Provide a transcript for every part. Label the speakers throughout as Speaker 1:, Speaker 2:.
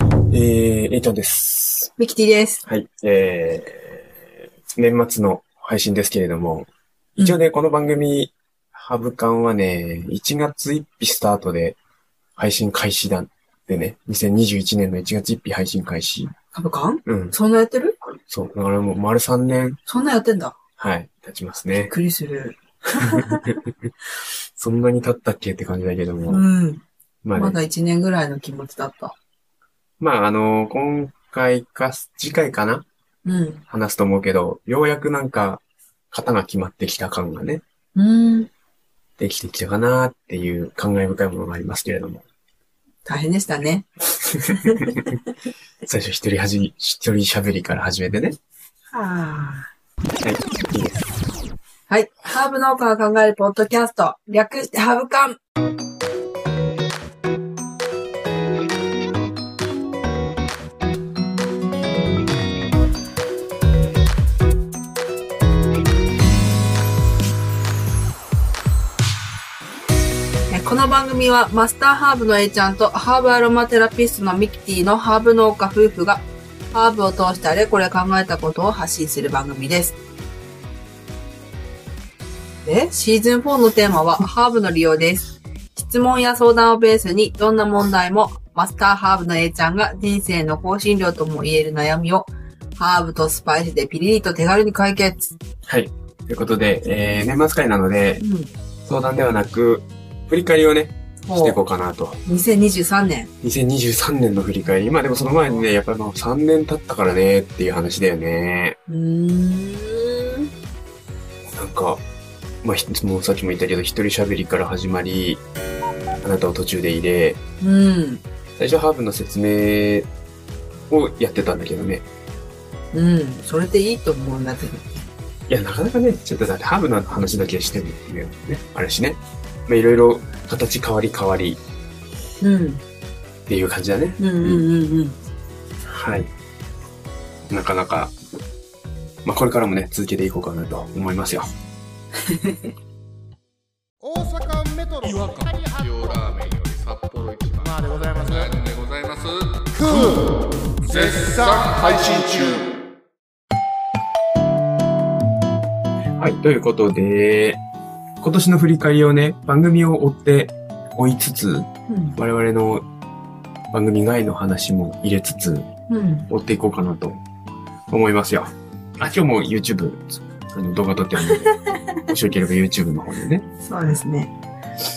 Speaker 1: えー、えいちゃんです。
Speaker 2: ミキティです。
Speaker 1: はい。えー、年末の配信ですけれども、一応ね、この番組、ハブカンはね、1月1日スタートで配信開始だってね、2021年の1月1日配信開始。
Speaker 2: 株館
Speaker 1: うん。
Speaker 2: そんなやってる
Speaker 1: そう。だからもう丸3年、
Speaker 2: そんなやってんだ。
Speaker 1: はい、経ちます
Speaker 2: びっ
Speaker 1: ね。
Speaker 2: くりする。
Speaker 1: そんなに経ったっけって感じだけども。
Speaker 2: うん。
Speaker 1: まあね
Speaker 2: まだ1年ぐらいの気持ちだった。
Speaker 1: まあ、あの今回か、次回かな
Speaker 2: うん。
Speaker 1: 話すと思うけど、ようやくなんか、型が決まってきた感がね、
Speaker 2: うん。
Speaker 1: できてきたかなっていう感慨深いものがありますけれども。
Speaker 2: 大変でしたね。
Speaker 1: 最初一人はじ、一人喋りから始めてね。
Speaker 2: は
Speaker 1: はい、いいです。
Speaker 2: あ。はい。ハーブ農家が考えるポッドキャスト。略してハーブ館。えこの番組はマスターハーブの A ちゃんとハーブアロマテラピストのミキティのハーブ農家夫婦がハーブを通してあれこれ考えたことを発信する番組です。で、シーズン4のテーマはハーブの利用です。質問や相談をベースにどんな問題もマスターハーブの A ちゃんが人生の香辛料とも言える悩みをハーブとスパイスでピリリと手軽に解決。
Speaker 1: はい。ということで、えー、年末会なので、
Speaker 2: うん。
Speaker 1: 相談ではなく、振り返りをね、していこうかなと。
Speaker 2: 2023年。
Speaker 1: 2023年の振り返り。まあでもその前にね、やっぱりもう3年経ったからねっていう話だよね。
Speaker 2: うーん。
Speaker 1: なんか、まあひ、もうさっきも言ったけど、一人喋りから始まり、あなたを途中で入れ、
Speaker 2: うん。
Speaker 1: 最初ハーブの説明をやってたんだけどね。
Speaker 2: うん。それでいいと思うんだけど。
Speaker 1: いや、なかなかね、ちょっとだってハーブの話だけしてもね、あれしね。まあ、いろいろ形変わり変わり
Speaker 2: うん。
Speaker 1: っていう感じだね。
Speaker 2: うんうんうんうん。
Speaker 1: はい。なかなか、まあ、これからもね、続けていこうかなと思いますよ。
Speaker 3: 大阪メトロ
Speaker 4: 違和感塩ラーメンより札幌一番
Speaker 3: まあでございます
Speaker 4: でございます
Speaker 3: クー
Speaker 4: 絶賛配信中
Speaker 1: はい、ということで、今年の振り返りをね、番組を追って追いつつ、
Speaker 2: うん。
Speaker 1: 我々の番組外の話も入れつつ、
Speaker 2: うん。
Speaker 1: 追っていこうかなと思いますよ。あ、今日も YouTube、あの動画撮ってるので、もしよければ YouTube の方でね。
Speaker 2: そうですね。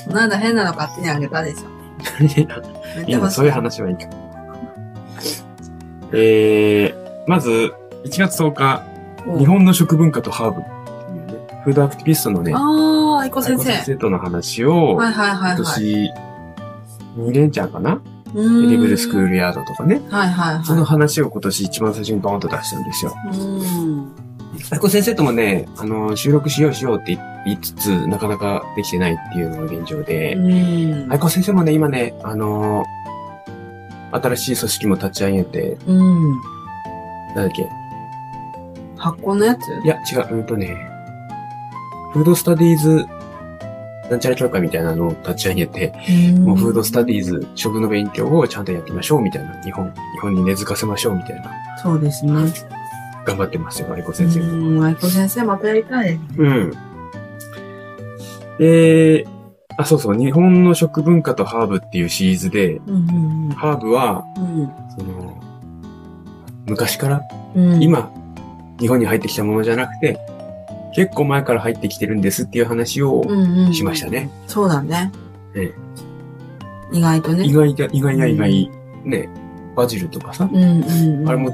Speaker 2: なんだ変なの勝手にあげたでしょ。
Speaker 1: いや、そういう話はいいか。えー、まず、1月10日、日本の食文化とハーブっていうね、フードアクティビストのね、
Speaker 2: ああ、愛子
Speaker 1: 愛
Speaker 2: 先
Speaker 1: 子
Speaker 2: 生。
Speaker 1: 先生との話を、
Speaker 2: は
Speaker 1: 今
Speaker 2: いはいはいはい。
Speaker 1: 年、2連チャンかな
Speaker 2: う
Speaker 1: エ
Speaker 2: ん
Speaker 1: レブルスクールヤードとかね、
Speaker 2: はいはい
Speaker 1: そ
Speaker 2: は
Speaker 1: の話を今年一番最初にドーンと出したんですよ。
Speaker 2: い。うん。
Speaker 1: あこ先生ともね、あの、収録しようしようって言いつつ、なかなかできてないっていうのが現状で、
Speaker 2: うん
Speaker 1: あいこ先生もね、今ね、あの新しい組織も立ち上げて、
Speaker 2: うん。
Speaker 1: なんだっけ、
Speaker 2: 発酵のやつ
Speaker 1: いや、違う、うんとね、フードスタディーズ、なんちゃら協会みたいなのを立ち上げて、もうフードスタディーズ、食の勉強をちゃんとやってみましょうみたいな、日本、日本に根付かせましょうみたいな、
Speaker 2: そうですね。
Speaker 1: 頑張ってますよ、愛子先生も。
Speaker 2: うん。愛子先生またやりたい。
Speaker 1: うん。で、あ、そうそう、日本の食文化とハーブっていうシリーズで、
Speaker 2: うんうん
Speaker 1: ハーブは、
Speaker 2: うん。
Speaker 1: その、昔から、
Speaker 2: うん。
Speaker 1: 今、日本に入ってきたものじゃなくて、結構前から入ってきてるんですっていう話を
Speaker 2: うんうん
Speaker 1: しましたね。
Speaker 2: そうだね。
Speaker 1: え
Speaker 2: 意外とね。
Speaker 1: 意外や、意外や意外、ね、バジルとかさ、
Speaker 2: うんうんうん。
Speaker 1: あれも、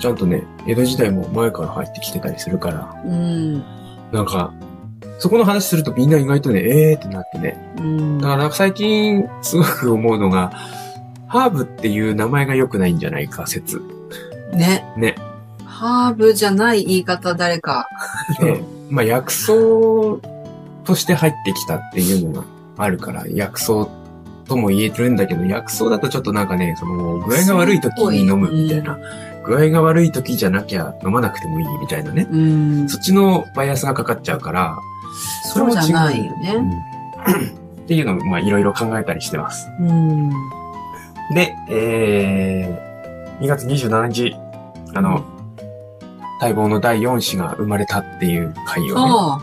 Speaker 1: ちゃんとね、江戸時代も前から入ってきてたりするから、
Speaker 2: うん。
Speaker 1: なんか、そこの話するとみんな意外とね、えーってなってね、
Speaker 2: うん。
Speaker 1: だからなんか最近すごく思うのが、ハーブっていう名前が良くないんじゃないか説。
Speaker 2: ね。
Speaker 1: ね。
Speaker 2: ハーブじゃない言い方誰か。
Speaker 1: で、まあ薬草として入ってきたっていうのがあるから、薬草とも言えるんだけど、薬草だとちょっとなんかね、その具合が悪い時に飲むみたいな。具合が悪い時じゃなきゃ飲まなくてもいいみたいなね。
Speaker 2: うん。
Speaker 1: そっちのバイアスがかかっちゃうから、それ
Speaker 2: そう
Speaker 1: も
Speaker 2: じ
Speaker 1: 違う
Speaker 2: ゃないよね。
Speaker 1: うんっていうのをまあいろいろ考えたりしてます。
Speaker 2: うん。
Speaker 1: で、え2月27日、あの、待望の第4子が生まれたっていう回をね。
Speaker 2: あ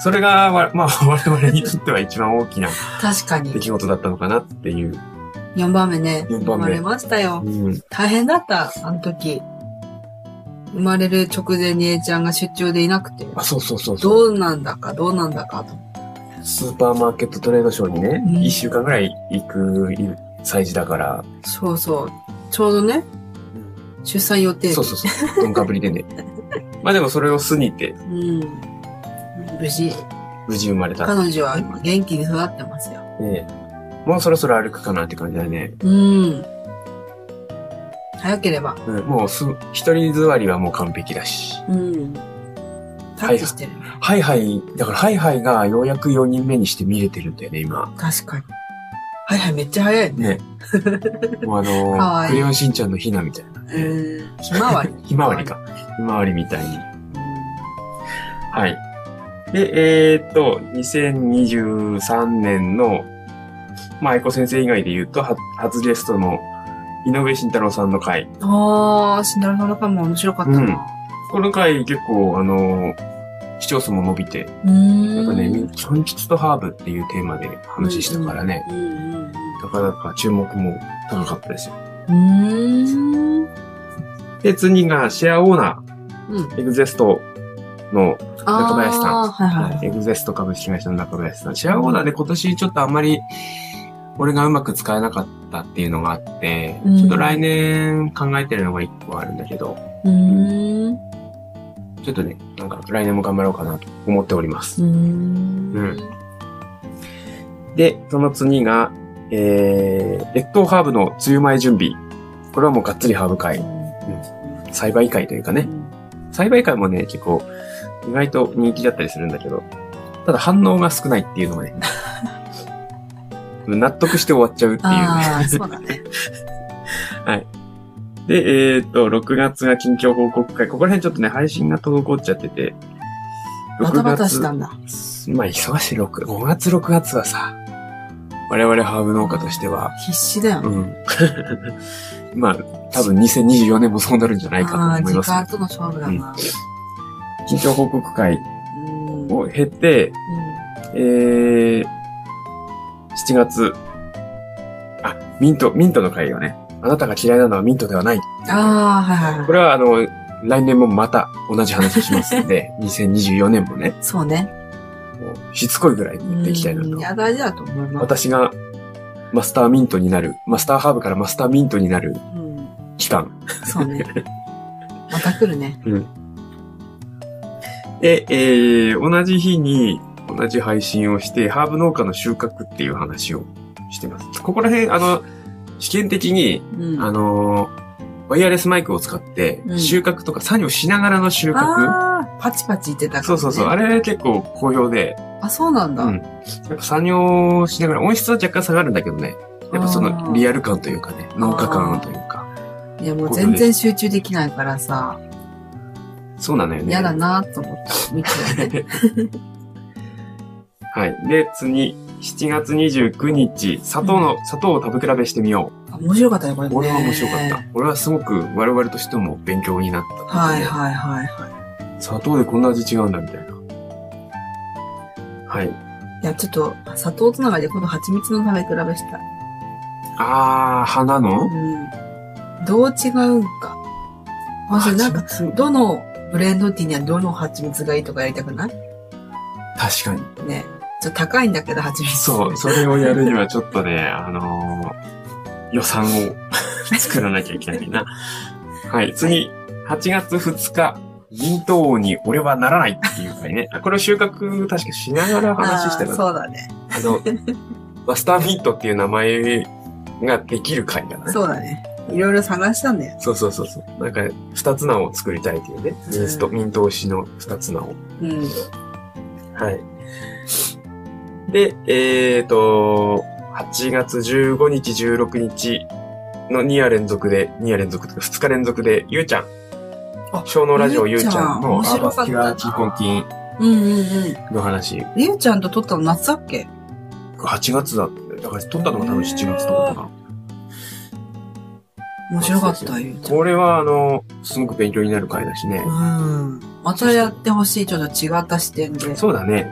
Speaker 1: それがわ、 まあ、我々にとっては一番大きな
Speaker 2: あ、確か
Speaker 1: 出
Speaker 2: に。
Speaker 1: 来事だったのかなっていう。
Speaker 2: 4番目ね。
Speaker 1: 四番目
Speaker 2: 生まれましたよ。
Speaker 1: うん。
Speaker 2: 大変だった、あの時。生まれる直前に A ちゃんが出張でいなくて。
Speaker 1: あ、そうそうそうそう。
Speaker 2: どうなんだか、どうなんだかと。
Speaker 1: スーパーマーケットトレードショーにね、
Speaker 2: うん
Speaker 1: 一1週間ぐらい行く催事だから、
Speaker 2: そうそう。ちょうどね、出産予定日
Speaker 1: そうそうそう、どんかぶりで ね。まあでもそれを過ぎて、
Speaker 2: うん。無事、
Speaker 1: 無事生まれた。
Speaker 2: 彼女は今元気に育ってますよ。
Speaker 1: で、もうそろそろ歩くかなって感じだね。
Speaker 2: うん。早ければ。
Speaker 1: うん、もうす、一人座りはもう完璧だし。
Speaker 2: うん。タッチしてる。
Speaker 1: ハイハイ、だからハイハイがようやく4人目にして見れてるんだよね、今。
Speaker 2: 確かに。はいはい、めっちゃ早いね。
Speaker 1: ね。もうあの
Speaker 2: かわいい
Speaker 1: クレヨンしんちゃんのひなみたいな。
Speaker 2: うん。ひま わり。
Speaker 1: ひまわりか。ひまわりみたいに。はい。で、えーっと、2023年の、まあ、愛子先生以外で言うと、は初ゲストの井上慎太郎さんの回。
Speaker 2: ああ、慎太郎さんの回も面白かったな。
Speaker 1: この回結構、あの視聴数も伸びて、
Speaker 2: うーん。
Speaker 1: やっぱね、み柑橘とハーブっていうテーマで話したからね、
Speaker 2: うんうん
Speaker 1: なかなか注目も高かったですよ。
Speaker 2: うん。うーん。
Speaker 1: で、次がシェアオーナ
Speaker 2: うん。
Speaker 1: ー、エグゼストの、中林さん
Speaker 2: あーはいはい。
Speaker 1: エグゼスト株式会社の中林さん。シェアオーナーで今年ちょっとあんまり、俺がうまく使えなかったっていうのがあって、
Speaker 2: うん
Speaker 1: ちょっと来年考えてるのが一個あるんだけど、
Speaker 2: うーん。う
Speaker 1: ちょっとね、なんか来年も頑張ろうかなと思っております。
Speaker 2: ーん。
Speaker 1: うんで、その次が、えー、越冬ハーブの梅雨前準備。これはもうがっつりハーブ会。栽培会というかね。栽培会もね、結構、意外と人気だったりするんだけど、ただ反応が少ないっていうのがね、 納得して終わっちゃうっていうね。
Speaker 2: ああ、そう だね。
Speaker 1: で、えっ、と、6月が近況報告会。ここら辺ちょっとね、配信が滞っちゃってて、
Speaker 2: バタバタしたんだ。
Speaker 1: まあ、忙しい6、5月6月はさ、我々ハーブ農家としては、
Speaker 2: 必死だよ
Speaker 1: う
Speaker 2: ね。
Speaker 1: ん。 まあ、多分2024年もそうなるんじゃないかと
Speaker 2: ああ、
Speaker 1: 思い
Speaker 2: 時
Speaker 1: ます。
Speaker 2: 間との勝負だな。
Speaker 1: 近況報告会
Speaker 2: うん。うん
Speaker 1: を経て、えー、7月、あ、ミント、ミントの会をね、あなたが嫌いなのはミントではない。
Speaker 2: ああ、はいはい
Speaker 1: こ
Speaker 2: は
Speaker 1: れはあの、来年もまた同じ話しますん で、2024年もね、
Speaker 2: い。そうね。
Speaker 1: もうしつこいぐらいにやっていきたいな
Speaker 2: うんいや、
Speaker 1: と。
Speaker 2: 大事だと思います。
Speaker 1: 私がマスターミントになる、マスターハーブからマスターミントになる
Speaker 2: うん。
Speaker 1: 期間。
Speaker 2: そうね。また来るね。
Speaker 1: で、えー、同じ日に同じ配信をして、ハーブ農家の収穫っていう話をしてます。ここら辺、あの、試験的に
Speaker 2: うん。
Speaker 1: あのーワイヤレスマイクを使って
Speaker 2: う、ん
Speaker 1: 収穫とか作業しながらの収穫。
Speaker 2: ああ、パチパチ言ってたからね
Speaker 1: そうそうそう。あれ結構好評で、
Speaker 2: あ、そうなんだ。
Speaker 1: うんやっぱ作業しながら、音質は若干下がるんだけどね。やっぱそのリアル感というかね、農家感というか。
Speaker 2: いや、もう全然集中できないからさ、
Speaker 1: そうなのよね。
Speaker 2: 嫌だなと思った。見てたね。
Speaker 1: はい。で、次、7月29日、砂糖の、砂糖を食べ比べしてみよ
Speaker 2: あ面白かったね、これ
Speaker 1: う。
Speaker 2: ね。
Speaker 1: これは面白かった。俺はすごく我々としても勉強になった。
Speaker 2: はいはいはいは
Speaker 1: 砂糖でこんな味違うんだ、みたいな。はい。
Speaker 2: い。いや、ちょっと、砂糖つながりでこの蜂蜜の食べ比べしたい。
Speaker 1: あー、花の
Speaker 2: うん。どう違うんか。まずなんか、
Speaker 1: 蜂蜜
Speaker 2: どのブレンドティーにはどの蜂蜜がいいとかやりたくない
Speaker 1: 確かに。
Speaker 2: ね。ちょっと高いんだけど、蜂蜜。
Speaker 1: そう、それをやるにはちょっとね、あのー予算 を作らなきゃいけないな。はい、次、8月2日、銀刀王に俺はならないっていう回ね。あこれを収穫確かしながら話してた
Speaker 2: あー
Speaker 1: な。あ
Speaker 2: そうだね。
Speaker 1: の、バスターミットっていう名前ができる回だな。
Speaker 2: そうだね。いろいろ探したんだよ。
Speaker 1: そうそうそうそう。なんか、二つ名を作りたいっていうね。ミンスト、ミント推しの二つ名を。
Speaker 2: うん。
Speaker 1: はい。で、えっ、と、8月15日、16日の2夜連続で、2夜連続というか2日連続で、ゆうちゃん。
Speaker 2: あ
Speaker 1: 小脳ラジオゆ
Speaker 2: ゆ
Speaker 1: う
Speaker 2: う
Speaker 1: ち
Speaker 2: ちゃん
Speaker 1: ゃんの
Speaker 2: 面
Speaker 1: ア
Speaker 2: 白か
Speaker 1: バ
Speaker 2: った
Speaker 1: スキュラーキーコンキン
Speaker 2: うんうんうん。
Speaker 1: の話。
Speaker 2: りゅうちゃんと撮ったの夏だっけ
Speaker 1: 8月だ。だから撮ったのが多分7月とかかな。
Speaker 2: 面白かったよ。
Speaker 1: これは、あの、すごく勉強になる回だしね
Speaker 2: う。ん。またやってほしい、ちょっと違った視点で。
Speaker 1: そうだね。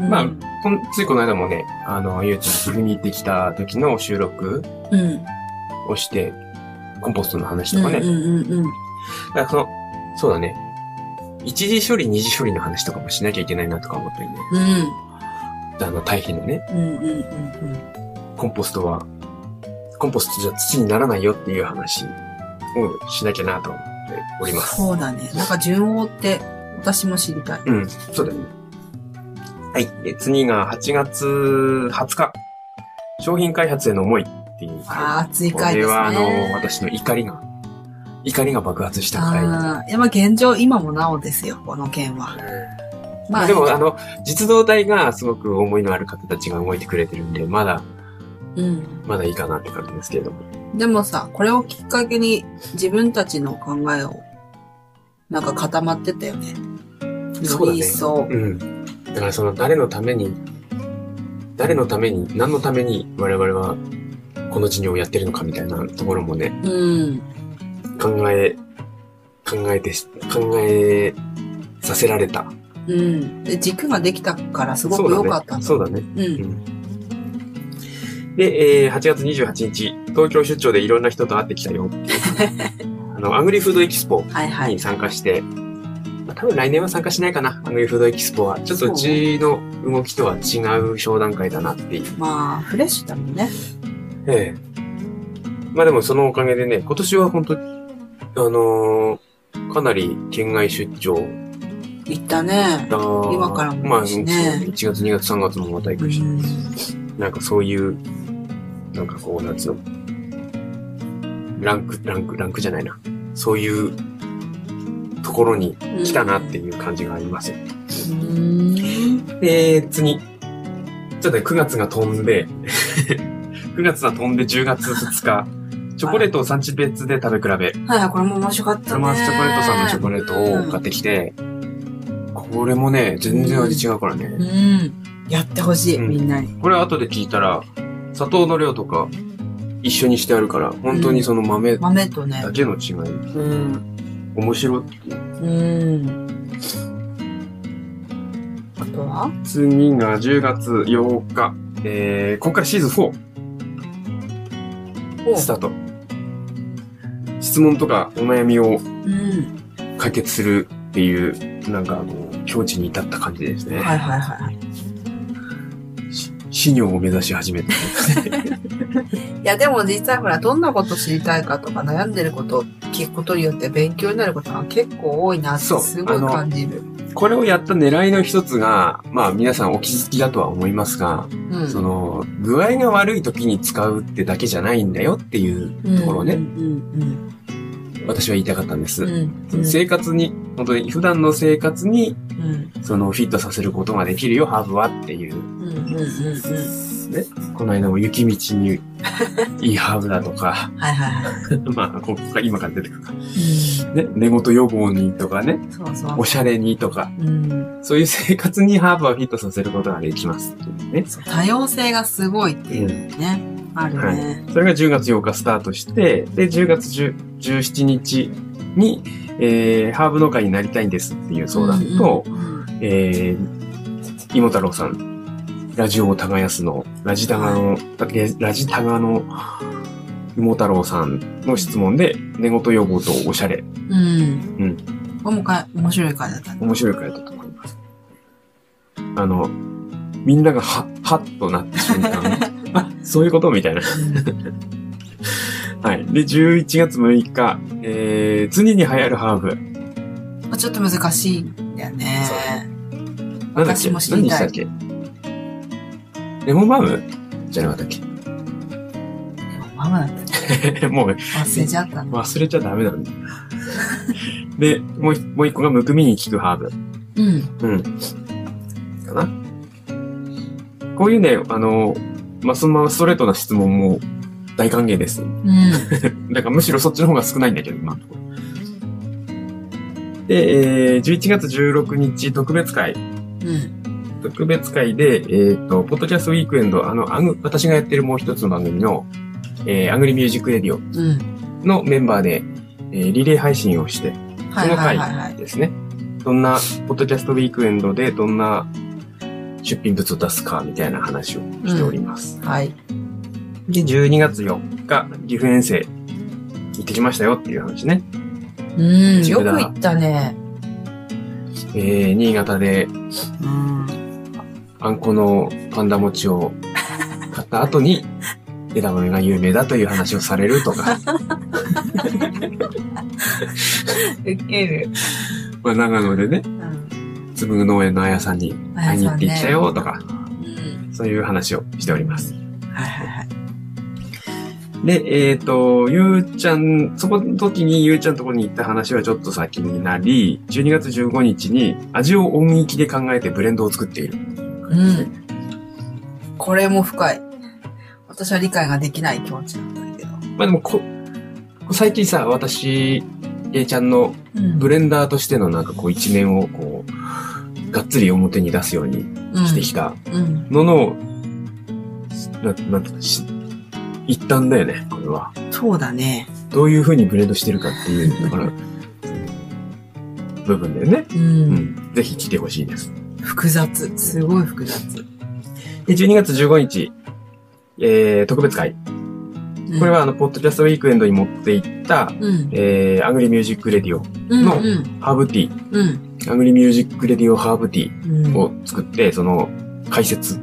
Speaker 2: うん
Speaker 1: まあこんついこの間もね、あの、ゆうちゃん、岐阜に行ってきた時の収録
Speaker 2: うん。
Speaker 1: をして、コンポストの話
Speaker 2: う
Speaker 1: と
Speaker 2: ん
Speaker 1: かね。
Speaker 2: うんうんうん。
Speaker 1: だからその、そうだね。一次処理、二次処理の話とかもしなきゃいけないなとか思ったりね。
Speaker 2: うん。
Speaker 1: あの、堆肥のね、
Speaker 2: うんうんうん
Speaker 1: コンポストは、コンポストじゃ土にならないよっていう話をしなきゃなと思っており
Speaker 2: うん。
Speaker 1: ます。
Speaker 2: そうだね。なんか順応って、私も知りたい。
Speaker 1: うん、そうだよね。はい。で次が8月20日。商品開発への思いっていう回。
Speaker 2: ああ、追
Speaker 1: こ
Speaker 2: 回で
Speaker 1: れ
Speaker 2: すね。
Speaker 1: は、あの、私の怒りが、怒りが爆発した回。
Speaker 2: あーいや、まあ現状、今もなおですよ、この件は。まあ、
Speaker 1: でも、あの、実動隊がすごく思いのある方たちが動いてくれてるんで、まだ、
Speaker 2: うん。
Speaker 1: まだいいかなって感じですけれども。
Speaker 2: でもさ、これをきっかけに自分たちの考えを、なんか固まってったよね。
Speaker 1: そうだね
Speaker 2: より一層。
Speaker 1: うん。だからその誰のために、誰のために、何のために我々はこの事業をやってるのかみたいなところもね、
Speaker 2: うん。
Speaker 1: 考え、考えてし、考えさせられた。
Speaker 2: うん。で、軸ができたからすごく良かったの。
Speaker 1: そうだね。
Speaker 2: う。
Speaker 1: うんで、えー8月28日、東京出張でいろんな人と会ってきたよって いうあの、アグリフードエキスポ
Speaker 2: はいは
Speaker 1: に
Speaker 2: い。
Speaker 1: 参加して、まあ多分来年は参加しないかな、アグリフードエキスポは。ちょっとうちの動きとは違う商談会だなっていう。
Speaker 2: まあ、フレッシュだもんね。
Speaker 1: ええ。まあでもそのおかげでね、今年は本当あのーかなり県外出張
Speaker 2: 行ったね。
Speaker 1: だ。
Speaker 2: 今からも
Speaker 1: まあ、
Speaker 2: です
Speaker 1: 1
Speaker 2: ね
Speaker 1: 月、2月、3月もまた行
Speaker 2: う
Speaker 1: くし、
Speaker 2: ん。
Speaker 1: なんかそういう、なんかこう、なんつうの、ランク、ランク、ランクじゃないな。そういうところに来たなっていう感じがありますよ。
Speaker 2: うん。
Speaker 1: で、次。ちょっとね、9月が飛んで、9月が飛んで10月2日、チョコレートを産地別で食べ比べ。
Speaker 2: はいはい、これも面白かっ
Speaker 1: フ
Speaker 2: た
Speaker 1: ラ
Speaker 2: ね。
Speaker 1: マースチョコレートさんのチョコレートを買ってきて、これもね、全然味違うから
Speaker 2: う
Speaker 1: ね。
Speaker 2: ん。やってほしい、
Speaker 1: うん
Speaker 2: みんなに。
Speaker 1: これ後で聞いたら、砂糖の量とか一緒にしてあるから、本当にその豆だ
Speaker 2: 豆とね。
Speaker 1: けの違い。
Speaker 2: うん。
Speaker 1: 面白い。
Speaker 2: うん。あとは
Speaker 1: 次が10月8日。えー、ここからシーズン4。スタート。質問とかお悩みを
Speaker 2: うん。
Speaker 1: 解決するっていう、なんかあの、境地に至った感じですね。
Speaker 2: はいはいはい。
Speaker 1: し資料を目指し始めた。
Speaker 2: いや、でも実際ほら、どんなこと知りたいかとか悩んでることを聞くことによって勉強になることが結構多いなって
Speaker 1: そう
Speaker 2: すご
Speaker 1: あ
Speaker 2: い
Speaker 1: の
Speaker 2: 感じる。
Speaker 1: これをやった狙いの一つが、まあ皆さんお気づきだとは思いますが、
Speaker 2: うん。
Speaker 1: その、具合が悪い時に使うってだけじゃないんだよっていうところをね、
Speaker 2: うんうん
Speaker 1: 私は言いたかったんです。
Speaker 2: うんうん。
Speaker 1: その生活に、本当に普段の生活に、
Speaker 2: うん
Speaker 1: そのフィットさせることができるよ、ハーブはっていう。
Speaker 2: うんうんうんうん。
Speaker 1: この間も雪道 にいいハーブだとか、
Speaker 2: はいはいはい。
Speaker 1: まあ、ここから今から出てくるか。
Speaker 2: う
Speaker 1: ね、寝言予防にとかね、
Speaker 2: ん。そうそ
Speaker 1: お
Speaker 2: う。
Speaker 1: しゃれにとか、
Speaker 2: うん。
Speaker 1: そういう生活にハーブはフィットさせることができますっていうね。
Speaker 2: そう多様性がすごいっていうね。あるね。
Speaker 1: はそれが10月8日スタートして、で、10月10 17日に、えー、ハーブ農家になりたいんですっていう相談と、
Speaker 2: うんうんうん
Speaker 1: えー、芋太郎さん、ラジオを耕すの、ラジタガの、ララジタガの芋太郎さんの質問で、寝言予防とおしゃれ、
Speaker 2: うん。
Speaker 1: うん
Speaker 2: これもか面白い回だったね。
Speaker 1: 面白い回だと思います。あの、みんながは、はっとなった瞬 間、あ、そういうことみたいな。はい。で、11月6日、えー、常に流行るハーブ。
Speaker 2: まあちょっと難しいんだよね。
Speaker 1: なんだっけ
Speaker 2: 私も知りたい
Speaker 1: 何でしたっけレモンバームじゃなかったっ
Speaker 2: ママだったね
Speaker 1: け もう
Speaker 2: 忘れちゃったの。
Speaker 1: 忘れちゃダメなん だ。で、もう一もう一個がむくみに効くハーブ。
Speaker 2: うん。
Speaker 1: うん。かな。こういうね、あの、まあ、そのままストレートな質問も大歓迎です。
Speaker 2: うん。
Speaker 1: だからむしろそっちの方が少ないんだけど、今のところ。で、えー、11月16日特別会。
Speaker 2: うん。
Speaker 1: 特別会で、えっ、と、ポッドキャストウィークエンド、あの、アグ私がやってるもう一つの番組の、えー、アグリミュージックレディオ
Speaker 2: うん。
Speaker 1: のメンバーで、えーリレー配信をして
Speaker 2: はい
Speaker 1: その
Speaker 2: は
Speaker 1: 回
Speaker 2: いはいはい。
Speaker 1: ですね、どんな、ポッドキャストウィークエンドでどんな出品物を出すかみたいな話をしております。
Speaker 2: はい。
Speaker 1: で、12月4日、岐阜遠征行ってきましたよっていう話ね。
Speaker 2: うん、
Speaker 1: 自
Speaker 2: よ
Speaker 1: 分だ
Speaker 2: く行ったね。
Speaker 1: えー、新潟で
Speaker 2: うん。
Speaker 1: あんこのパンダ餅を買った後に、枝豆が有名だという話をされるとか、
Speaker 2: ウケる。
Speaker 1: まあ長野でね、
Speaker 2: うん。
Speaker 1: つぶぐ農園のあやさんに
Speaker 2: あ
Speaker 1: 会い
Speaker 2: や
Speaker 1: に行
Speaker 2: さん
Speaker 1: って
Speaker 2: ね
Speaker 1: きた。よとか、
Speaker 2: うん。
Speaker 1: そういう話をしております。
Speaker 2: はいはいはい。
Speaker 1: で、えっ、と、ゆうちゃん、そこの時にゆうちゃんのところに行った話はちょっと先になり、12月15日に味を音域で考えてブレンドを作っている。
Speaker 2: うん。これも深い。私は理解ができない気持ちなんだけど。
Speaker 1: まあでもこ、最近さ、私、えいちゃんの
Speaker 2: うん
Speaker 1: ブレンダーとしてのなんかこう一面をこう、がっつり表に出すようにしてきた
Speaker 2: うん。
Speaker 1: のの、ななんていうかし一旦だよね、これは。
Speaker 2: そうだね。
Speaker 1: どういう風にブレンドしてるかっていう、だから、部分だよね。
Speaker 2: う。
Speaker 1: うんん。ぜひ来てほしいです。
Speaker 2: 複雑。すごい複雑。
Speaker 1: で、12月15日、えー、特別会。
Speaker 2: うん
Speaker 1: これ、はあの、ポッドキャストウィークエンドに持っていった、
Speaker 2: うん。
Speaker 1: えー、アグリミュージックレディオ、
Speaker 2: うん。
Speaker 1: の
Speaker 2: うん。
Speaker 1: ハーブティ
Speaker 2: うん。
Speaker 1: ー、アグリミュージックレディオハーブティ
Speaker 2: うん
Speaker 1: ーを作って、その、解説、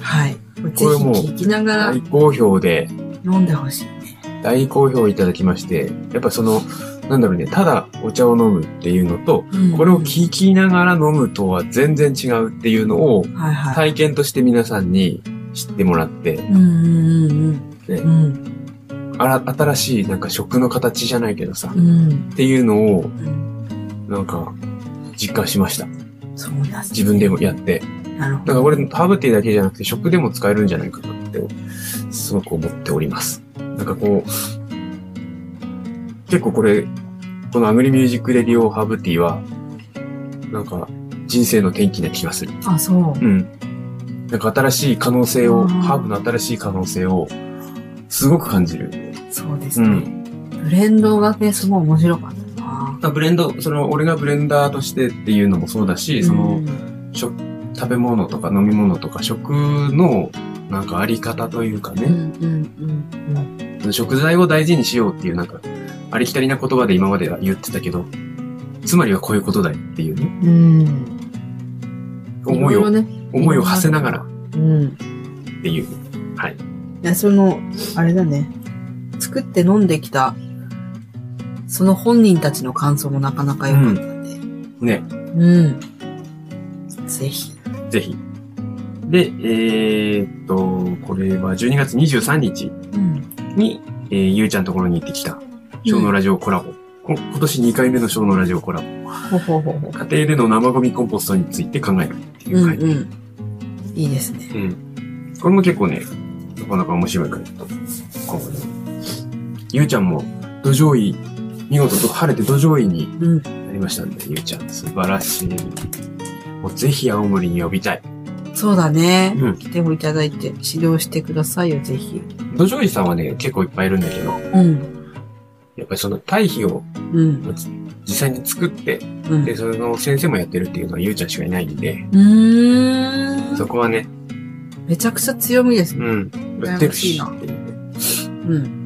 Speaker 2: はい。ぜ
Speaker 1: これもう
Speaker 2: ひ聞きながら
Speaker 1: 大好評で、
Speaker 2: 飲んでほしいね。
Speaker 1: 大好評いただきまして、やっぱその、なんだろうね、ただお茶を飲むっていうのと、
Speaker 2: うん
Speaker 1: これを聞きながら飲むとは全然違うっていうのを
Speaker 2: はいはい。
Speaker 1: 体験として皆さんに知ってもらって、
Speaker 2: うんうんうん
Speaker 1: ね
Speaker 2: うん。
Speaker 1: あら新しいなんか食の形じゃないけどさ、
Speaker 2: うん。うん。
Speaker 1: っていうのを
Speaker 2: うん。
Speaker 1: なんか実感しました。
Speaker 2: そうなんだ。
Speaker 1: 自分でもやって。
Speaker 2: なるほ
Speaker 1: だか
Speaker 2: ど。
Speaker 1: らこれハーブティーだけじゃなくて食でも使えるんじゃないかなって、すごく思っております。なんかこう、結構これ、このアグリミュージックレディオハーブティーは、なんか人生の転機な気がする。
Speaker 2: あ、そう。
Speaker 1: うん。なんか新しい可能性
Speaker 2: う
Speaker 1: を、
Speaker 2: ん
Speaker 1: ハーブの新しい可能性を、すごく感じる。
Speaker 2: そうですね。ブレンドがね、すごい面白かったな。
Speaker 1: ブレンド、その、俺がブレンダーとしてっていうのもそうだし、その、
Speaker 2: うん
Speaker 1: 食、食べ物とか飲み物とか食の、なんかあり方というか
Speaker 2: うん
Speaker 1: ね、
Speaker 2: うんうんうん。
Speaker 1: 食材を大事にしようっていう、なんか、ありきたりな言葉で今までは言ってたけど、つまりはこういうことだよっていうね、
Speaker 2: うん。
Speaker 1: 思い
Speaker 2: ろろ
Speaker 1: を、
Speaker 2: ね。
Speaker 1: 思いを馳せながらっ
Speaker 2: うん。
Speaker 1: ていう。はい。
Speaker 2: いや、その、あれだね。作って飲んできた、その本人たちの感想もなかなか良かったん
Speaker 1: ね。
Speaker 2: で。うん。ぜひ。
Speaker 1: ぜひ。で、えーっと、これは12月23日
Speaker 2: うん。
Speaker 1: に、えーゆうちゃんのところに行ってきた、小のラジオコラボ。こ今年2回目の小のラジオコラボ。
Speaker 2: ほほほほ。
Speaker 1: 家庭での生ゴミコンポストについて考えるっていううん回。
Speaker 2: うん。いいですね。
Speaker 1: うん。これも結構ね、なかなか面白い回だと思うね。ゆうちゃんも、土壌医、見事と晴れて土壌医に
Speaker 2: うん。
Speaker 1: なりましたんで、ゆうちゃん、素晴らしい。もうぜひ青森に呼びたい。
Speaker 2: そうだね。
Speaker 1: うん
Speaker 2: 来てもいただいて、指導してくださいよ、ぜひ。
Speaker 1: 土壌医さんはね、結構いっぱいいるんだけど、
Speaker 2: うん。
Speaker 1: やっぱりその堆肥を
Speaker 2: うん。
Speaker 1: 実際に作って、
Speaker 2: うん。
Speaker 1: で、
Speaker 2: う
Speaker 1: その先生もやってるっていうのはゆうちゃんしかいないんで、
Speaker 2: ー
Speaker 1: そ
Speaker 2: ん。
Speaker 1: こはね、
Speaker 2: めちゃくちゃ強みですね。
Speaker 1: うん、やってるし
Speaker 2: 羨ま
Speaker 1: っていう
Speaker 2: うん。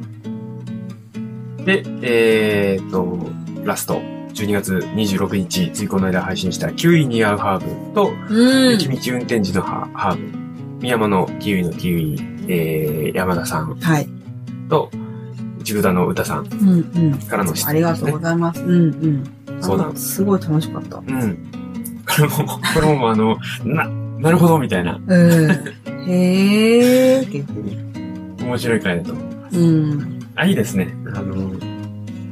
Speaker 1: ねで、えーっと、ラスト、12月26日、ついこの間配信したキウイに合うハーブと、
Speaker 2: うん。
Speaker 1: 雪道運転時のハハーブ、宮山のキウイのキウイ、えー、山田さん
Speaker 2: はい。
Speaker 1: と、ちぐだの歌さん
Speaker 2: うんうん。
Speaker 1: からの質
Speaker 2: ありがとうございます。うんうん。
Speaker 1: そうだ
Speaker 2: あのすごい楽しかった。
Speaker 1: うん。これも、これもあの、な、なるほど、みたいな、
Speaker 2: うん。へえ。
Speaker 1: 面白い回だと思う。
Speaker 2: うん。
Speaker 1: あ、いいですね。あの、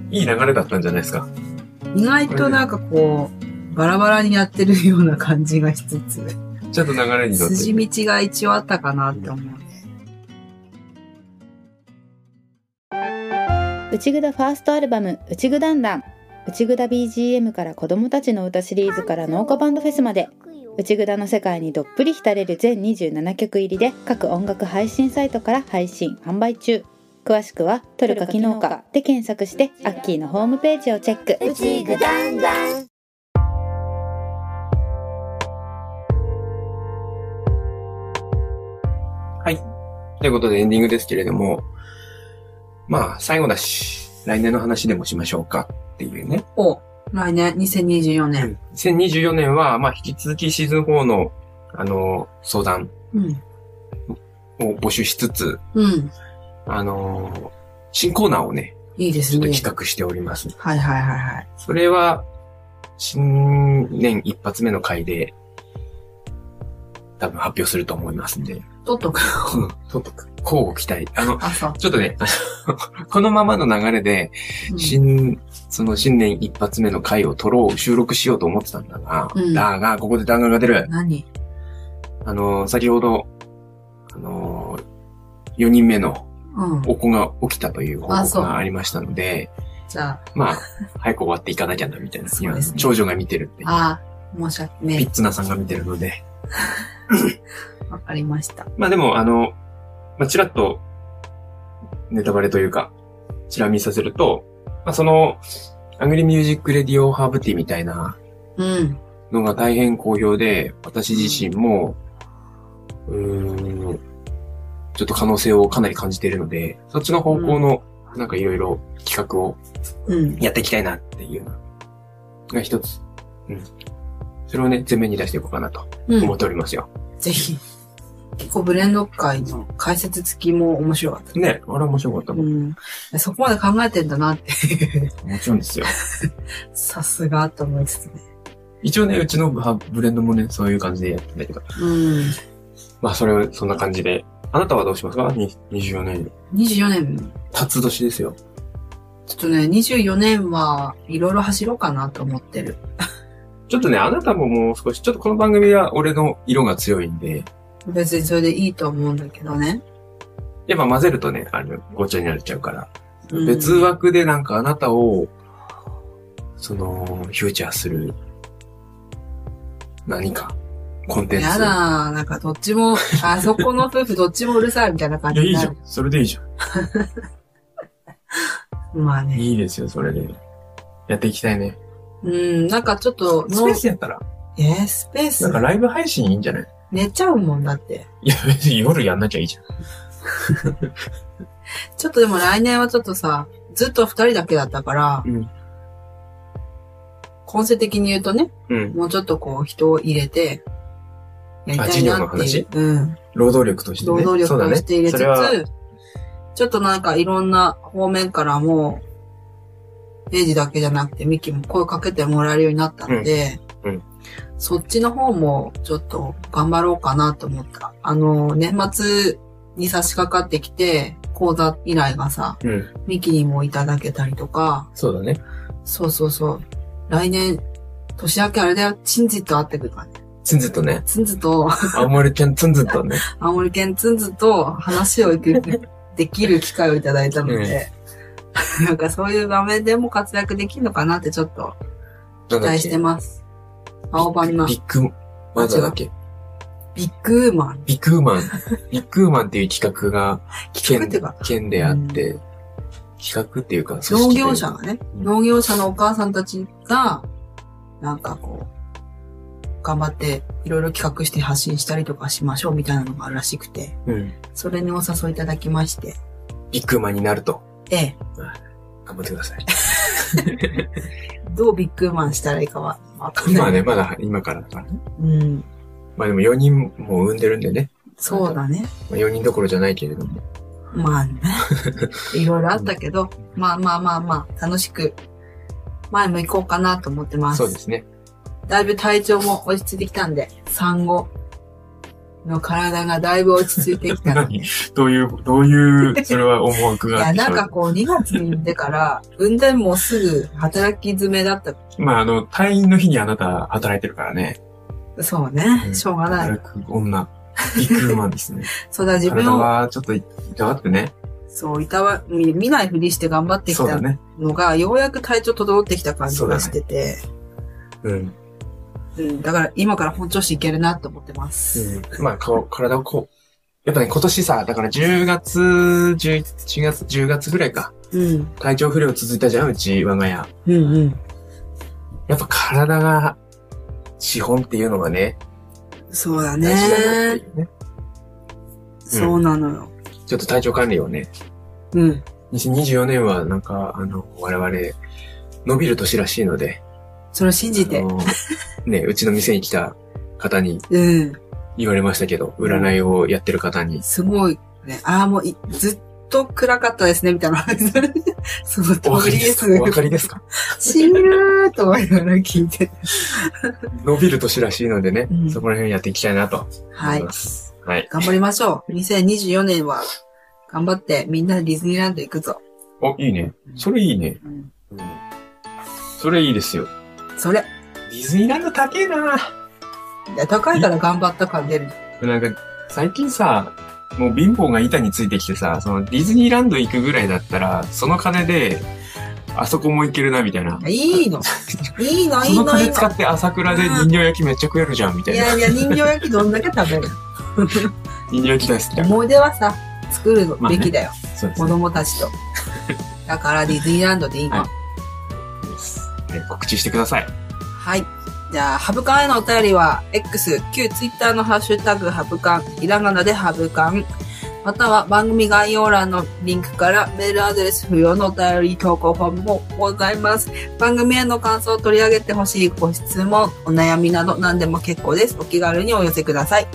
Speaker 1: いい流れだったんじゃないですか。
Speaker 2: 意外となんかこう、バラバラにやってるような感じがしつつ、
Speaker 1: ちょっと流れに乗って。
Speaker 2: 筋道が一応あったかなって思うね。
Speaker 5: 内ぐだファーストアルバム「内ぐだんだん」内ぐだ BGM から子供たちの歌シリーズから農家バンドフェスまで内ぐだの世界にどっぷり浸れる全27曲入りで各音楽配信サイトから配信販売中詳しくは「トルカ機能かで検索してアッキーのホームページをチェック
Speaker 6: うちぐだんだん。
Speaker 1: はい。ということでエンディングですけれども、まあ、最後だし、来年の話でもしましょうかっていうね。
Speaker 2: お、来年、2024年。
Speaker 1: 2024年は、まあ、引き続きシーズン4の、あの、相談
Speaker 2: うん。
Speaker 1: を募集しつつ、
Speaker 2: うん。
Speaker 1: あの、新コーナーをね、
Speaker 2: いいで
Speaker 1: ち
Speaker 2: す
Speaker 1: ょっと
Speaker 2: ね。
Speaker 1: 企画しております。
Speaker 2: はいはいはいはい。
Speaker 1: それは、新年一発目の回で、多分発表すると思いますんで、
Speaker 2: 取っとく。
Speaker 1: うん ちょっと、交互期待。あの、
Speaker 2: あ、そう。
Speaker 1: ちょっとね、 このままの流れで、
Speaker 2: うん
Speaker 1: 新、その新年一発目の回を撮ろう、収録しようと思ってたんだが、
Speaker 2: うん
Speaker 1: だが、ここで弾丸が出る。
Speaker 2: 何
Speaker 1: あの、先ほど、あの、4人目の
Speaker 2: うん。
Speaker 1: お子が起きたという報
Speaker 2: あ
Speaker 1: 告
Speaker 2: そう
Speaker 1: がありましたので、
Speaker 2: じゃ
Speaker 1: まあ、早く終わっていかなきゃな、みたいな。
Speaker 2: そうですね
Speaker 1: 今長女が見てるっていう。
Speaker 2: あ、ああ、申し訳
Speaker 1: ピ
Speaker 2: ね
Speaker 1: ッ。ツナさんが見てるので。
Speaker 2: わかりました。
Speaker 1: まあでも、あの、まあ、ちらっと、ネタバレというか、ちら見させると、まあ、その、アングリーミュージックレディオハーブティーみたいな
Speaker 2: うん。
Speaker 1: のが大変好評で、私自身も、うーん、ちょっと可能性をかなり感じているので、そっちの方向の、なんかいろいろ企画を
Speaker 2: うん。
Speaker 1: やっていきたいなっていうのが一つ。うん。それをね、前面に出していこうかなと
Speaker 2: う
Speaker 1: 思
Speaker 2: ん
Speaker 1: っ。ておりますよ。
Speaker 2: ぜひ。結構ブレンド会の解説付きも面白かった。
Speaker 1: ね、あれ面白かった
Speaker 2: う
Speaker 1: もん。
Speaker 2: ん。そこまで考えてんだなって。
Speaker 1: もちろんですよ。
Speaker 2: さすがと思いつつね。
Speaker 1: 一応ね、うちのはブレンドもね、そういう感じでやってんだけど。
Speaker 2: うん。
Speaker 1: まあ、それを、そんな感じで。あなたはどうしますかに ?24 年。
Speaker 2: 24年、
Speaker 1: 辰年ですよ。
Speaker 2: ちょっとね、24年はいろいろ走ろうかなと思ってる。
Speaker 1: ちょっとね、あなたももう少し、ちょっとこの番組は俺の色が強いんで、
Speaker 2: 別にそれでいいと思うんだけどね。
Speaker 1: やっぱ混ぜるとね、あの、ごっちゃになっちゃうから。
Speaker 2: うん
Speaker 1: 別枠でなんかあなたを、その、フューチャーする、何か、コンテンツ。
Speaker 2: やだーなんかどっちも、 あそこの夫婦どっちもうるさいみたいな感
Speaker 1: い
Speaker 2: じ
Speaker 1: や、い
Speaker 2: に
Speaker 1: い
Speaker 2: な
Speaker 1: じ
Speaker 2: る。
Speaker 1: ゃん。それでいいじゃ
Speaker 2: まあ
Speaker 1: ん。
Speaker 2: ね。
Speaker 1: いいですよ、それで。やっていきたいね。
Speaker 2: うん、なんかちょっと、
Speaker 1: スペー
Speaker 2: の
Speaker 1: スやったら、
Speaker 2: えースペー
Speaker 1: なんか
Speaker 2: ス、
Speaker 1: ライブ配信いいんじゃない
Speaker 2: 寝ちゃうもんだって。
Speaker 1: いや、別に夜やんなきゃいいじゃん。
Speaker 2: ちょっとでも来年はちょっとさ、ずっと二人だけだったから、
Speaker 1: うん
Speaker 2: 根性的に言うとね、
Speaker 1: うん。
Speaker 2: もうちょっとこう人を入れて、やりたいな
Speaker 1: あ
Speaker 2: ってい
Speaker 1: 事
Speaker 2: う。うん。
Speaker 1: 労働力としてね。
Speaker 2: 労働
Speaker 1: そう
Speaker 2: 力
Speaker 1: だ
Speaker 2: と
Speaker 1: ね
Speaker 2: して入れつ
Speaker 1: それは
Speaker 2: つ、ちょっとなんかいろんな方面からも、エイジだけじゃなくてミキも声かけてもらえるようになったので、
Speaker 1: うんうん
Speaker 2: そっちの方もちょっと頑張ろうかなと思った。あの、年末に差し掛かってきて、講座依頼がさ、
Speaker 1: うん。
Speaker 2: ミキにもいただけたりとか、
Speaker 1: そうだね。
Speaker 2: そうそうそう。来年、年明けあれだよ、チンジと会ってくるからね。
Speaker 1: つんずっとね。
Speaker 2: ツンズと、
Speaker 1: 青森県つんずっとね。
Speaker 2: 青森県ツンズと話をいく できる機会をいただいたので、なんかそういう場面でも活躍できるのかなってちょっと
Speaker 1: 期
Speaker 2: 期待してます。青葉マン
Speaker 1: ビ、ッグ、まだだっけ
Speaker 2: ビッグウーマン。
Speaker 1: ビッグウー マン。ビッグウーマンっていう企画が、
Speaker 2: 企画っていうか、
Speaker 1: 県であって、企画っていうか、
Speaker 2: 農業者が
Speaker 1: ね。
Speaker 2: ね、
Speaker 1: うん
Speaker 2: 農業者のお母さんたちが、なんかこう、頑張っていろいろ企画して発信したりとかしましょうみたいなのがあるらしくて、
Speaker 1: うん。
Speaker 2: それにお誘いいただきまして、
Speaker 1: ビッグウーマンになると。
Speaker 2: ええ、
Speaker 1: 頑張ってくださ い。
Speaker 2: どうビッグウーマンしたらいいかはわかんない。
Speaker 1: 今はね、まだ今からだからね。
Speaker 2: うん。
Speaker 1: まあでも4人も産んでるんでね。
Speaker 2: そうだね。
Speaker 1: まあ4人どころじゃないけれども。
Speaker 2: ま あね。いろいろあったけど、まあまあまあまあ、楽しく、前も行こうかなと思ってます。
Speaker 1: そうですね。
Speaker 2: だいぶ体調も落ち着いてきたんで、産後の体がだいぶ落ち着いてき たので。い
Speaker 1: どういう、どう いう、それは思惑があ
Speaker 2: や、
Speaker 1: って
Speaker 2: なんかこう、2月に産んでから、産んでもうすぐ働き詰めだった。
Speaker 1: まああの、退院の日にあなた働いてるからね。
Speaker 2: そうね
Speaker 1: う。ん
Speaker 2: しょうがない。
Speaker 1: 働く女。ビッグウーマンですね。
Speaker 2: そうだ、 自
Speaker 1: 体
Speaker 2: 分を、
Speaker 1: はちょっといたわってね。
Speaker 2: そう、いたわ、見見ないふりして頑張ってき
Speaker 1: そうだ
Speaker 2: た
Speaker 1: ね。
Speaker 2: のが、ようやく体調整ってきた感じがしてて、
Speaker 1: うん。
Speaker 2: うん、だから今から本調子いけるなと思ってます。
Speaker 1: まあ、顔、体をこう、やっぱね、今年さ、だから10月、11 10月、10月ぐらいか。
Speaker 2: うん。
Speaker 1: 体調不良続いたじゃん、うち、我が家。
Speaker 2: うんうん。
Speaker 1: やっぱ体が資本っていうのがね、
Speaker 2: そうだ
Speaker 1: 大事なんだっ
Speaker 2: ね。
Speaker 1: ていうね。
Speaker 2: そうなのよ。
Speaker 1: ちょっと体調管理をね、
Speaker 2: うん。
Speaker 1: 2024年はなんか、あの、我々、伸びる年らしいので、
Speaker 2: それを信じて
Speaker 1: あ。のね、うちの店に来た方に
Speaker 2: うん。
Speaker 1: 言われましたけど、占いをやってる方に、
Speaker 2: すごい、ね。ああ、もうい、ずっと暗かったですね、みたいな 話する。その
Speaker 1: お分か
Speaker 2: 通
Speaker 1: り
Speaker 2: り
Speaker 1: で
Speaker 2: ですす
Speaker 1: か。お分かりですか
Speaker 2: 死ぬーと思いながら聞いて。
Speaker 1: 伸びる年らしいのでね、
Speaker 2: うん
Speaker 1: そこら辺やっていきたいなと
Speaker 2: は
Speaker 1: 思い
Speaker 2: い。
Speaker 1: ます。はい。
Speaker 2: 頑張りましょう。2024年は、頑張ってみんなでディズニーランド行くぞ。
Speaker 1: あ、いいね。それいいね。
Speaker 2: うん
Speaker 1: うんそれいいですよ。
Speaker 2: それ。
Speaker 1: ディズニーランド高えな。
Speaker 2: いや高いから頑張った感出る。
Speaker 1: なんか、最近さ、もう貧乏が板についてきてさ、そのディズニーランド行くぐらいだったら、その金で、あそこも行けるな、みたいな。
Speaker 2: いいの。いいの、い
Speaker 1: そ
Speaker 2: い
Speaker 1: の
Speaker 2: の、いい
Speaker 1: 金使
Speaker 2: の。
Speaker 1: って朝倉で人形焼きめっちゃ食えるじゃん、みた
Speaker 2: い
Speaker 1: いな。
Speaker 2: やいや、人形焼きどんだけ食べる
Speaker 1: 人形焼き大好きだか
Speaker 2: 思い出はさ、作るべきだよ。
Speaker 1: ら。そうです
Speaker 2: 子
Speaker 1: ね。
Speaker 2: 供たちと。だからディズニーランドでいいの。
Speaker 1: はいね告知してください。
Speaker 2: はい。じゃあ、ハブカンへのお便りは、X、旧 Twitter のハッシュタグ、ハブカン、ひらがなでハブカン、または番組概要欄のリンクからメールアドレス不要のお便り投稿フォームもございます。番組への感想を取り上げてほしいご質問、お悩みなど何でも結構です。お気軽にお寄せください。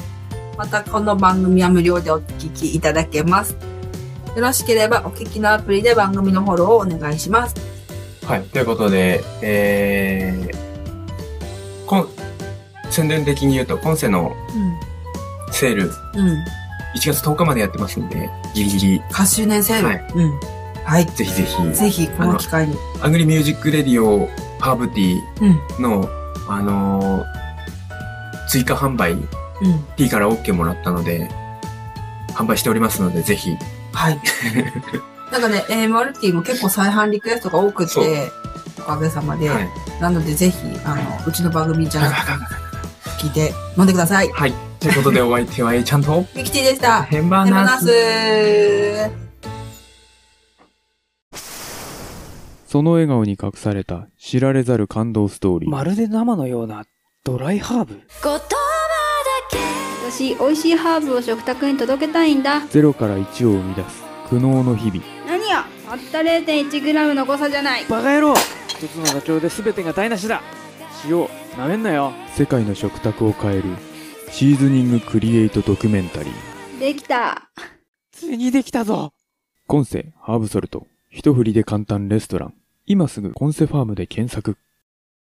Speaker 2: また、この番組は無料でお聞きいただけます。よろしければ、お聞きのアプリで番組のフォローをお願いします。
Speaker 1: はい。ということで、えー、こん、宣伝的に言うと、今世のセール、1
Speaker 2: うん。うん。
Speaker 1: 月10日までやってますんで、ギリギリ、
Speaker 2: 8周年セール。
Speaker 1: はい
Speaker 2: うん。はい。
Speaker 1: ぜひぜひ、
Speaker 2: ぜひ、この機会に。
Speaker 1: アグリミュージックレディオハーブティ
Speaker 2: うん。
Speaker 1: ーの、あのー追加販売、
Speaker 2: うん。
Speaker 1: T から OK もらったので、販売しておりますので、ぜひ。
Speaker 2: はい。 なんかね、えー、マルティも結構再販リクエストが多く
Speaker 1: そう
Speaker 2: て、おかげさまで。
Speaker 1: はい。
Speaker 2: なので、ぜひ、あの、うちの番組じゃなくて聞いて、飲んでください。
Speaker 1: はい。ということで、お相手は A ちゃん と、
Speaker 2: ミキティでした。
Speaker 1: ヘンバ
Speaker 2: 手
Speaker 1: ー
Speaker 2: 放
Speaker 1: ナース。
Speaker 2: す。
Speaker 7: その笑顔に隠された知られざる感動ストーリー。
Speaker 8: まるで生のようなドライハーブ
Speaker 6: 葉だけ
Speaker 9: 私美味しいハーブを食卓に届けたいんだ
Speaker 7: ゼロから1を生み出す苦悩の日々。
Speaker 9: 何よたった 0.1g の誤差じゃない
Speaker 8: バカ野郎一つの妥協で全てが台無しだ塩なめんなよ
Speaker 7: 世界の食卓を変えるシーズニングクリエイトドキュメンタリー。
Speaker 9: できた
Speaker 8: ついにできたぞ
Speaker 7: 今世ハーブソルト。一振りで簡単レストラン。今すぐコンセファームで検索。